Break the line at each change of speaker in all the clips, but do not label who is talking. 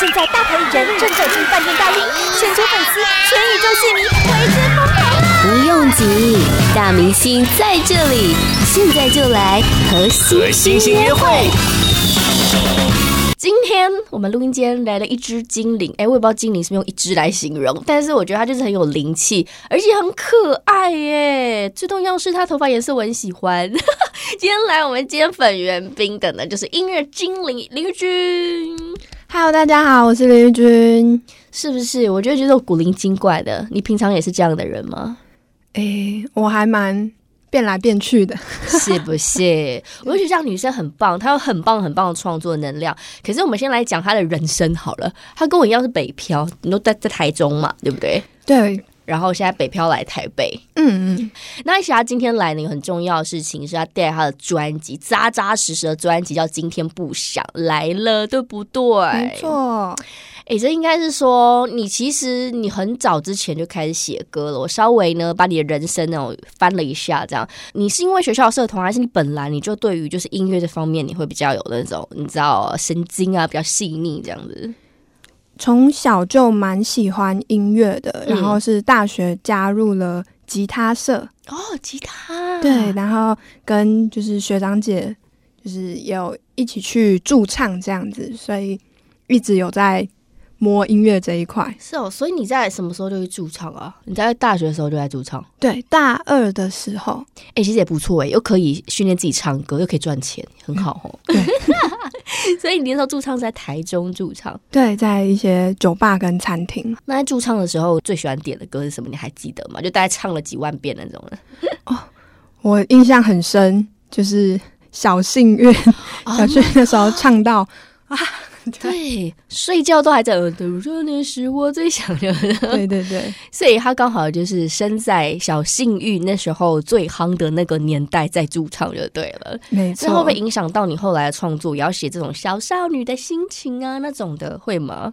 现在大牌艺人正走进饭店大厅，全球粉丝、全宇宙戏迷为之疯狂啊！
不用急，大明星在这里，现在就来和
和
星
星星约会。
今天我们录音间来了一只精灵，哎，我也不知道精灵是不是用一只来形容，但是我觉得它就是很有灵气，而且很可爱耶。最重要是它头发颜色我很喜欢。 今天来我们今天粉圆冰的呢，就是音乐精灵林玉君，
Hello，大家好，我是林玉君。
是不是？我觉得觉得古灵精怪的，你平常也是这样的人吗？
诶、我还蛮变来变去的。
是不是？我就觉得这样女生很棒，她有很棒很棒的创作能量。可是我们先来讲她的人生好了，她跟我一样是北漂，你都在在台中嘛，对不对？
对，
然后现在北漂来台北，
嗯嗯，
那其实他今天来呢，有很重要的事情是他带他的专辑，扎扎实实的专辑叫《今天不想》来了，对不对？
没错。
诶，这应该是说你其实你很早之前就开始写歌了。我稍微呢把你的人生呢我翻了一下，这样你是因为学校社团，还是你本来你就对于就是音乐这方面你会比较有那种你知道神经啊比较细腻这样子？
从小就蛮喜欢音乐的，
嗯
然后是大学加入了吉他社，
哦，吉他
对，然后跟就是学长姐就是有一起去驻唱这样子，所以一直有在摸音乐这一块。
是哦，所以你在什么时候就去驻唱啊？你在大学的时候就在驻唱？
对，大二的时候，
哎、其实也不错哎、又可以训练自己唱歌，又可以赚钱，很好哦。
对
所以你那时候驻唱是在台中驻唱，
对，在一些酒吧跟餐厅，
那在驻唱的时候最喜欢点的歌是什么？你还记得吗？就大概唱了几万遍那种的。
我印象很深，就是小幸运。小学的时候唱 到，
哦对，睡觉都还在耳朵。这年是我最想念的。
对对对，
所以他刚好就是身在小幸运那时候最夯的那个年代在驻唱就对了。
没
这会
错
不会。影响到你后来的创作，也要写这种小少女的心情啊那种的，会吗？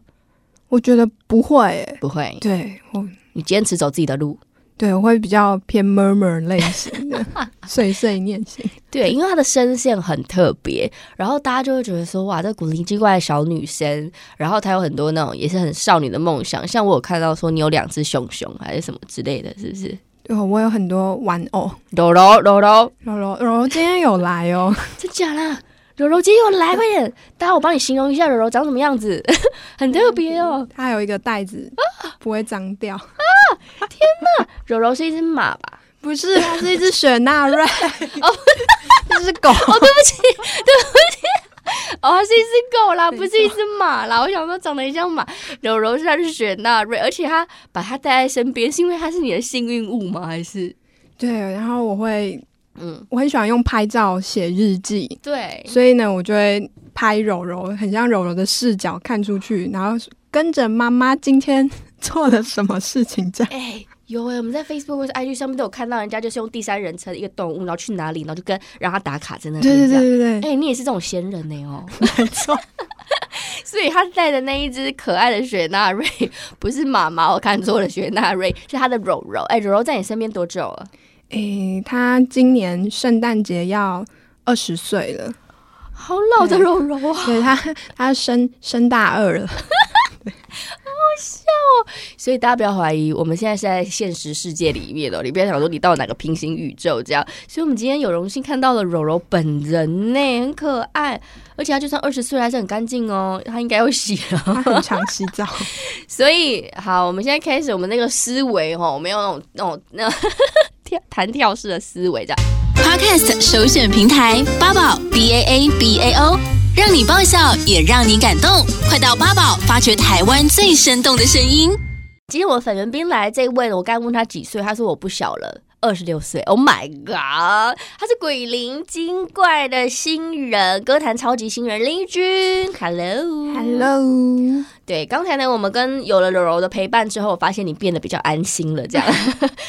我觉得不会欸，
不会，
对我
你坚持走自己的路。
对我会比较偏 murmur 类型 的碎碎念型。
对，因为她的声线很特别，然后大家就会觉得说，哇，这古灵精怪的小女生，然后她有很多那种也是很少女的梦想，像我有看到说你有两只熊熊还是什么之类的，是不是？
对，我有很多玩偶，
柔柔柔柔，
柔柔柔柔今天有来哦，
真假啦？柔柔今天又来，快点！大家我帮你形容一下柔柔长什么样子，很特别哦。
它有一个袋子，不会脏掉。
柔柔是一只马吧？
不是，它是一只雪 纳瑞，哦这只狗。
哦，它是一只狗啦，
没
不是一只马啦。我想说长得很像马，柔柔是它是雪纳瑞，而且它把它带在身边，是因为它是你的幸运物吗？还是
对，然后我会，
嗯，
我很喜欢用拍照写日记，
对，
所以呢，我就会拍柔柔，很像柔柔的视角看出去，然后跟着妈妈今天 做了什么事情这样。
哎、有哎、我们在 Facebook 或是 IG 上面都有看到人家就是用第三人称的一个动物，然后去哪里，然后就跟让他打卡在那里
对对
这样。
对对
哎、
对，
你也是这种闲人呢、哦，
没错，
所以他带的那一只可爱的雪纳瑞不是妈妈，我看错了，雪纳瑞是他的柔柔。哎、柔柔在你身边多久了？
诶，他今年圣诞节要二十岁了，
好老的柔柔啊！
对 他，他升升大二了。
所以大家不要怀疑，我们现在是在现实世界里面哦，你不要想说你到哪个平行宇宙这样。所以我们今天有荣幸看到了柔柔本人呢，很可爱，而且她就算二十岁还是很干净哦，她应该会洗啊。
他很常洗澡，
所以好，我们现在开始我们那个思维哈，我们用那种那种那种跳弹跳式的思维这样。
Podcast 首选平台八宝 B A A B A O，让你爆笑也让你感动，快到八宝发掘台湾最生动的声音。
今天我粉圆兵来这一位呢，我刚问他几岁，他说我不小了。二十六岁，Oh my god！他是鬼灵精怪的新人，歌坛超级新人林君，Hello
Hello，
对，刚才呢，我们跟有了柔柔的陪伴之后，我发现你变得比较安心了，这样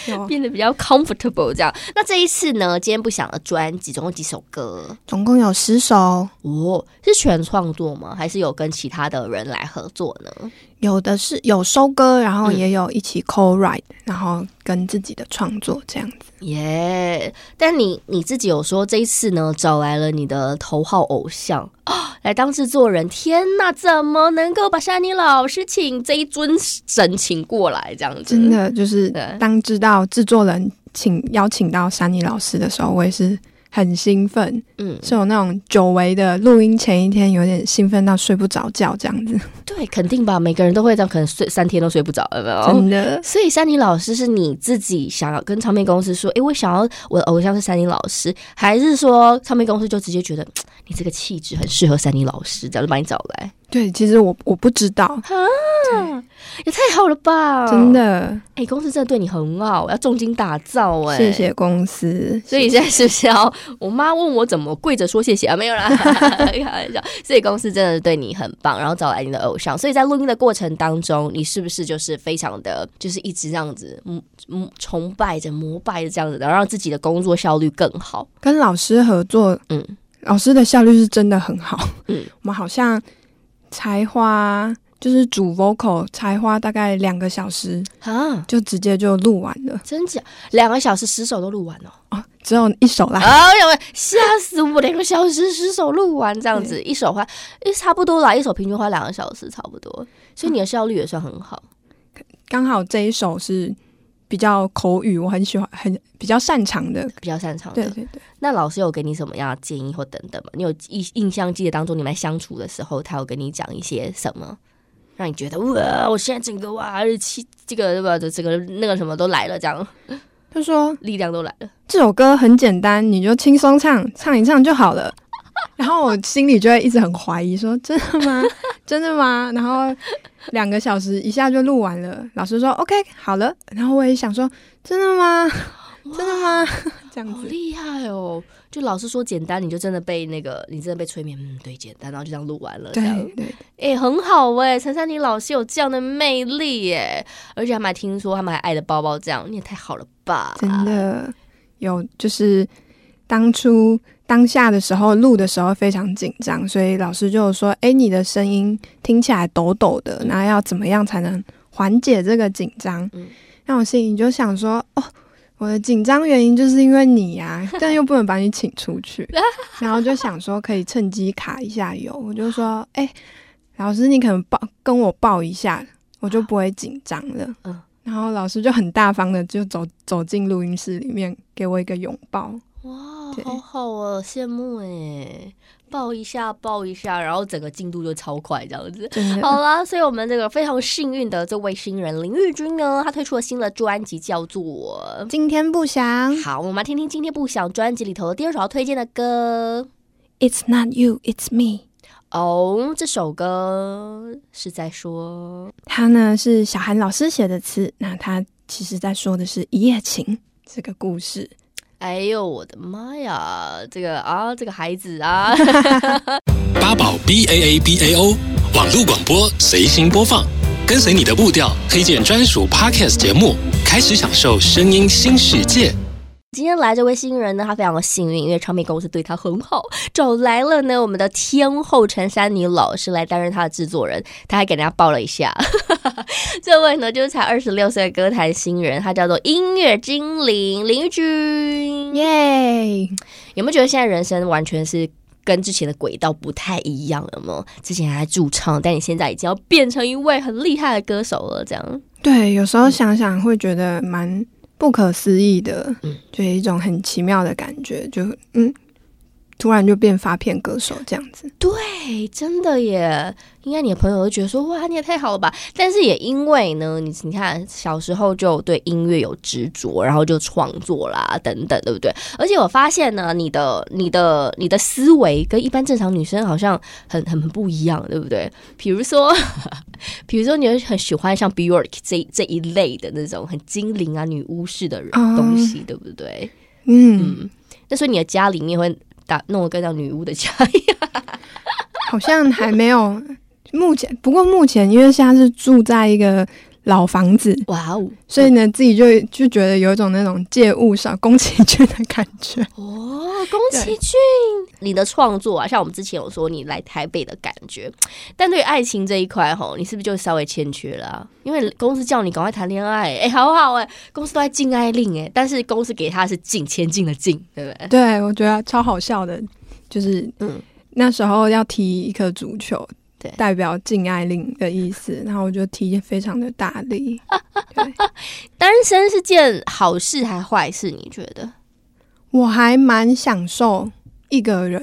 有
变得比较 comfortable，这样。那这一次呢，今天不想的专辑总共几首歌？
总共有十首，
哦，是全创作吗？还是有跟其他的人来合作呢？
有的是有收歌，然后
嗯
也有一起 co write，、然后跟自己的创作这样子。
耶但你你自己有说这一次呢，找来了你的头号偶像 啊、来当制作人。天呐，怎么能够把珊妮老师请这一尊神请过来这样子？
真的就是
对
当知道制作人请邀请到珊妮老师的时候，我也是很兴奋，
嗯，
是有那种久违的录音前一天有点兴奋到睡不着觉这样子，
对，肯定吧，每个人都会这样，可能睡三天都睡不着，有没有？
真的。
所以珊妮老师是你自己想要跟唱片公司说，诶，我想要我的偶像是珊妮老师，还是说唱片公司就直接觉得嘖嗯你这个气质很适合珊妮老师，这样就把你找来？
对，其实我我不知道，
也太好了吧！
真，的，
诶，哎公司真的对你很好，要重金打造、诶。
谢。谢公司。
所以现在是不是要？我妈问我怎么跪着说谢谢啊？没有啦， 开玩笑。所以公司真的对你很棒，然后找来你的偶像。所以在录音的过程当中，你是不是就是非常的，就是一直这样子，嗯嗯，崇拜着、膜拜着这样子的，然后让自己的工作效率更好？
跟老师合作，
嗯
嗯，老师的效率是真的很好。
嗯
嗯，我们好像才花就是主 vocal 才花大概两个小时，
啊，
就直接就录完了
真假？两个小时十首都录完哦。
哦，只有一首啦。
啊！我吓死我，两个小时十首录完这样子，一首花，诶差不多啦，一首平均花两个小时，差不多。所以你的效率也算很好。
刚好这一首是比较口语，我很喜欢，很比较擅长的。
比较擅长的
对，对对，
那老师有给你什么样的建议或等等吗？你有印印象记得当中你们在相处的时候，他有跟你讲一些什么，让你觉得哇，我现在整个哇，气这个对吧？这这个那个什么都来了，这样
他说
力量都来了。
这首歌很简单，你就轻松唱，唱一唱就好了。 然后我心里就会一直很怀疑，说真的吗？ 真的吗？然后两个小时一下就录完了，老师说 OK 好了。然后我也想说真的吗？真的吗？ 这样
好
子，
厉害哦！就老师说简单，你就真的被那个，你真的被催眠。嗯，对，简单，然后就这样录完了。这
对
样
对，
哎、很好哎、陈珊妮老师有这样的魅力耶，而且他们还听说他们还爱的包包这样，你也太好了吧！
真的有就是当初当下的时候录的时候非常紧张，所以老师就有说：“哎，你的声音听起来抖抖的，那要怎么样才能缓解这个紧张？”
嗯
那我心里就想说：“哦。”我的紧张原因就是因为你 呀、啊，但又不能把你请出去，然后就想说可以趁机卡一下油，我就说，哎、老师你可能抱跟我抱一下，我就不会紧张了。
嗯
嗯，然后老师就很大方的就走走进录音室里面，给我一个拥抱。
哇，
对
好好哦，羡慕哎！抱一下，抱一下，然后整个进度就超快这样 子。
真的，
好啦，所以我们这个非常幸运的这位新人林玉君呢，他推出了新的专辑，叫做……
今天不想
好，我们来听听今天不想专辑里头的第二首要推荐的歌
，It's not you, it's me。
哦。这首歌是在说
它呢是小韩老师写的词，那它其实在说的是一夜情这个故事。
哎呦，我的妈呀！这个啊，这个孩子啊，
八宝 B A A B A O 网络广播随心播放，跟随你的步调，推荐专属 Podcast 节目，开始享受声音新世界。
今天来这位新人呢，他非常的幸运，因为唱片公司对他很好，找来了呢我们的天后陈珊妮老师来担任他的制作人，他还给人家报了一下。 这位呢就是才二十六岁的歌坛新人，他叫做音乐精灵林玉君。
耶、
有没有觉得现在人生完全是跟之前的轨道不太一样了吗？之前还在驻唱，但你现在已经要变成一位很厉害的歌手了，这样。
对，有时候想想会觉得蛮不可思议的，
嗯
就有一种很奇妙的感觉，就嗯，突然就变发片歌手这样子。
对，真的耶！应该你的朋友都觉得说，哇，你也太好了吧！但是也因为呢，你你看，小时候就对音乐有执着，然后就创作啦，等等，对不对？而且我发现呢，你的、你的、你的思维跟一般正常女生好像很很很不一样，对不对？比如说， 比如说，你会很喜欢像 Bjork 这这一类的那种很精灵啊、女巫式的人
哦
东西，对不对？
嗯，
那所以你的家里面会打弄得跟像女巫的家一样。
好像还没有。目前，不过目前因为现在是住在一个老房子，
哇哦，
所以呢，自己就就觉得有一种那种借物少宫 崎骏的感觉。
哦，宫崎骏，你的创作啊，像我们之前有说你来台北的感觉，但对于爱情这一块吼，你是不是就稍微欠缺了啊、因为公司叫你赶快谈恋爱、哎、好好哎、公司都在禁爱令哎、但是公司给他是禁前进的禁，对不对？
对，我觉得超好笑的，就是
嗯
那时候要踢一颗足球，
对
代表禁爱令的意思，然后我就踢非常的大力。
单身是件好事还坏事？你觉得？
我还蛮享受一个人，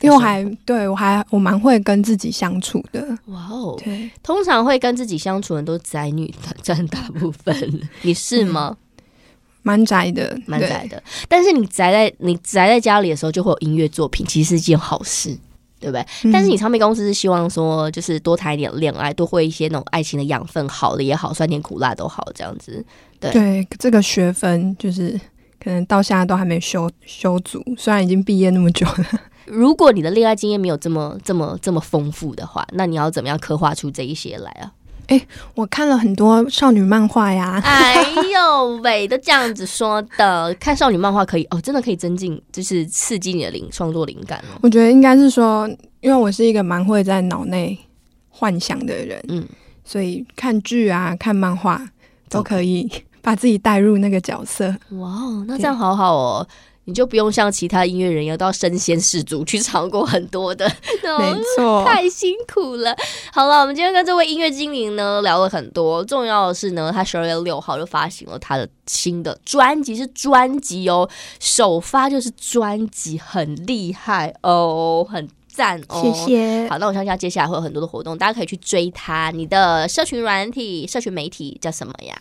因为我还对我还我蛮会跟自己相处的。
哇哦，
对，
通常会跟自己相处的人都是宅女占大部分， 你是吗？
蛮宅的，
蛮
对
宅的。但是你宅在你宅在家里的时候，就会有音乐作品，其实是一件好事，对不对？
嗯
但是你唱片公司是希望说，就是多谈一点恋爱，多会一些那种爱情的养分，好的也好，酸甜苦辣都好，这样子。
对这个学分就是。可能到现在都还没修修足，虽然已经毕业那么久了，
如果你的恋爱经验没有这么这么这么丰富的话，那你要怎么样刻画出这一些来 啊？
我看了很多少女漫画呀，
哎呦喂，都这样子说的，看少女漫画可以哦，真的可以增进，就是刺激你的灵创作灵感哦。
我觉得应该是说，因为我是一个蛮会在脑内幻想的人，
嗯，
所以看剧啊、看漫画都可以 把自己带入那个角色。
哇哦，那这样好好哦，你就不用像其他音乐人要到身先士卒去尝过很多的那
没
种。
错，
哦 太辛苦了。好了，我们今天跟这位音乐精灵呢聊了很多。重要的是呢，他十二月六号就发行了他的新的专辑，是专辑哦，首发就是专辑，很厉害哦，很赞哦。
谢谢。
好，那我相信他接下来会有很多的活动，大家可以去追他。你的社群软体、社群媒体叫什么 呀？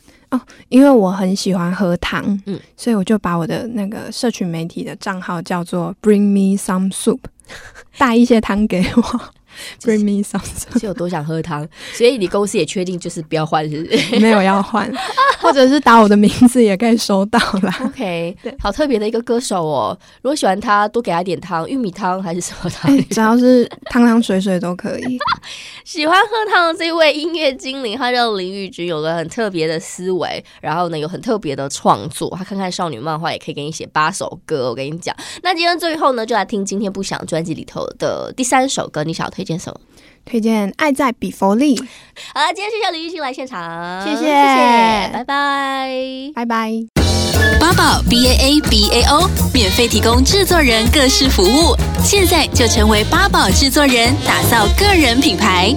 因为我很喜欢喝糖，
嗯
嗯，所以我就把我的那个社群媒体的账号叫做 Bring Me Some Soup，带一些汤给我。Bring me some，soup，
是有多想喝汤，所以你公司也确定就是不要换， 是不是
没有 要换，或者是打我的名字也可以收到啦。
？OK，
对
好特别的一个歌手哦。如果喜欢他，多给他点汤，玉米汤还是什么汤？
哎，只要是汤汤水水都可以。
喜欢喝汤的这位音乐精灵，他叫林玉君，有个很特别的思维，然后呢有很特别的创作。他看看少女漫画也可以给你写八首歌，我跟你讲。那今天最后呢，就来听今天不想专辑里头的第三首歌，你想要推荐什么？
推荐《爱在比佛利》，
好了，今天谢谢林玉君来现场，
谢谢
谢谢，拜拜。
拜拜。
八宝 B A A B A O 免费提供制作人各式服务，现在就成为八宝制作人，打造个人品牌。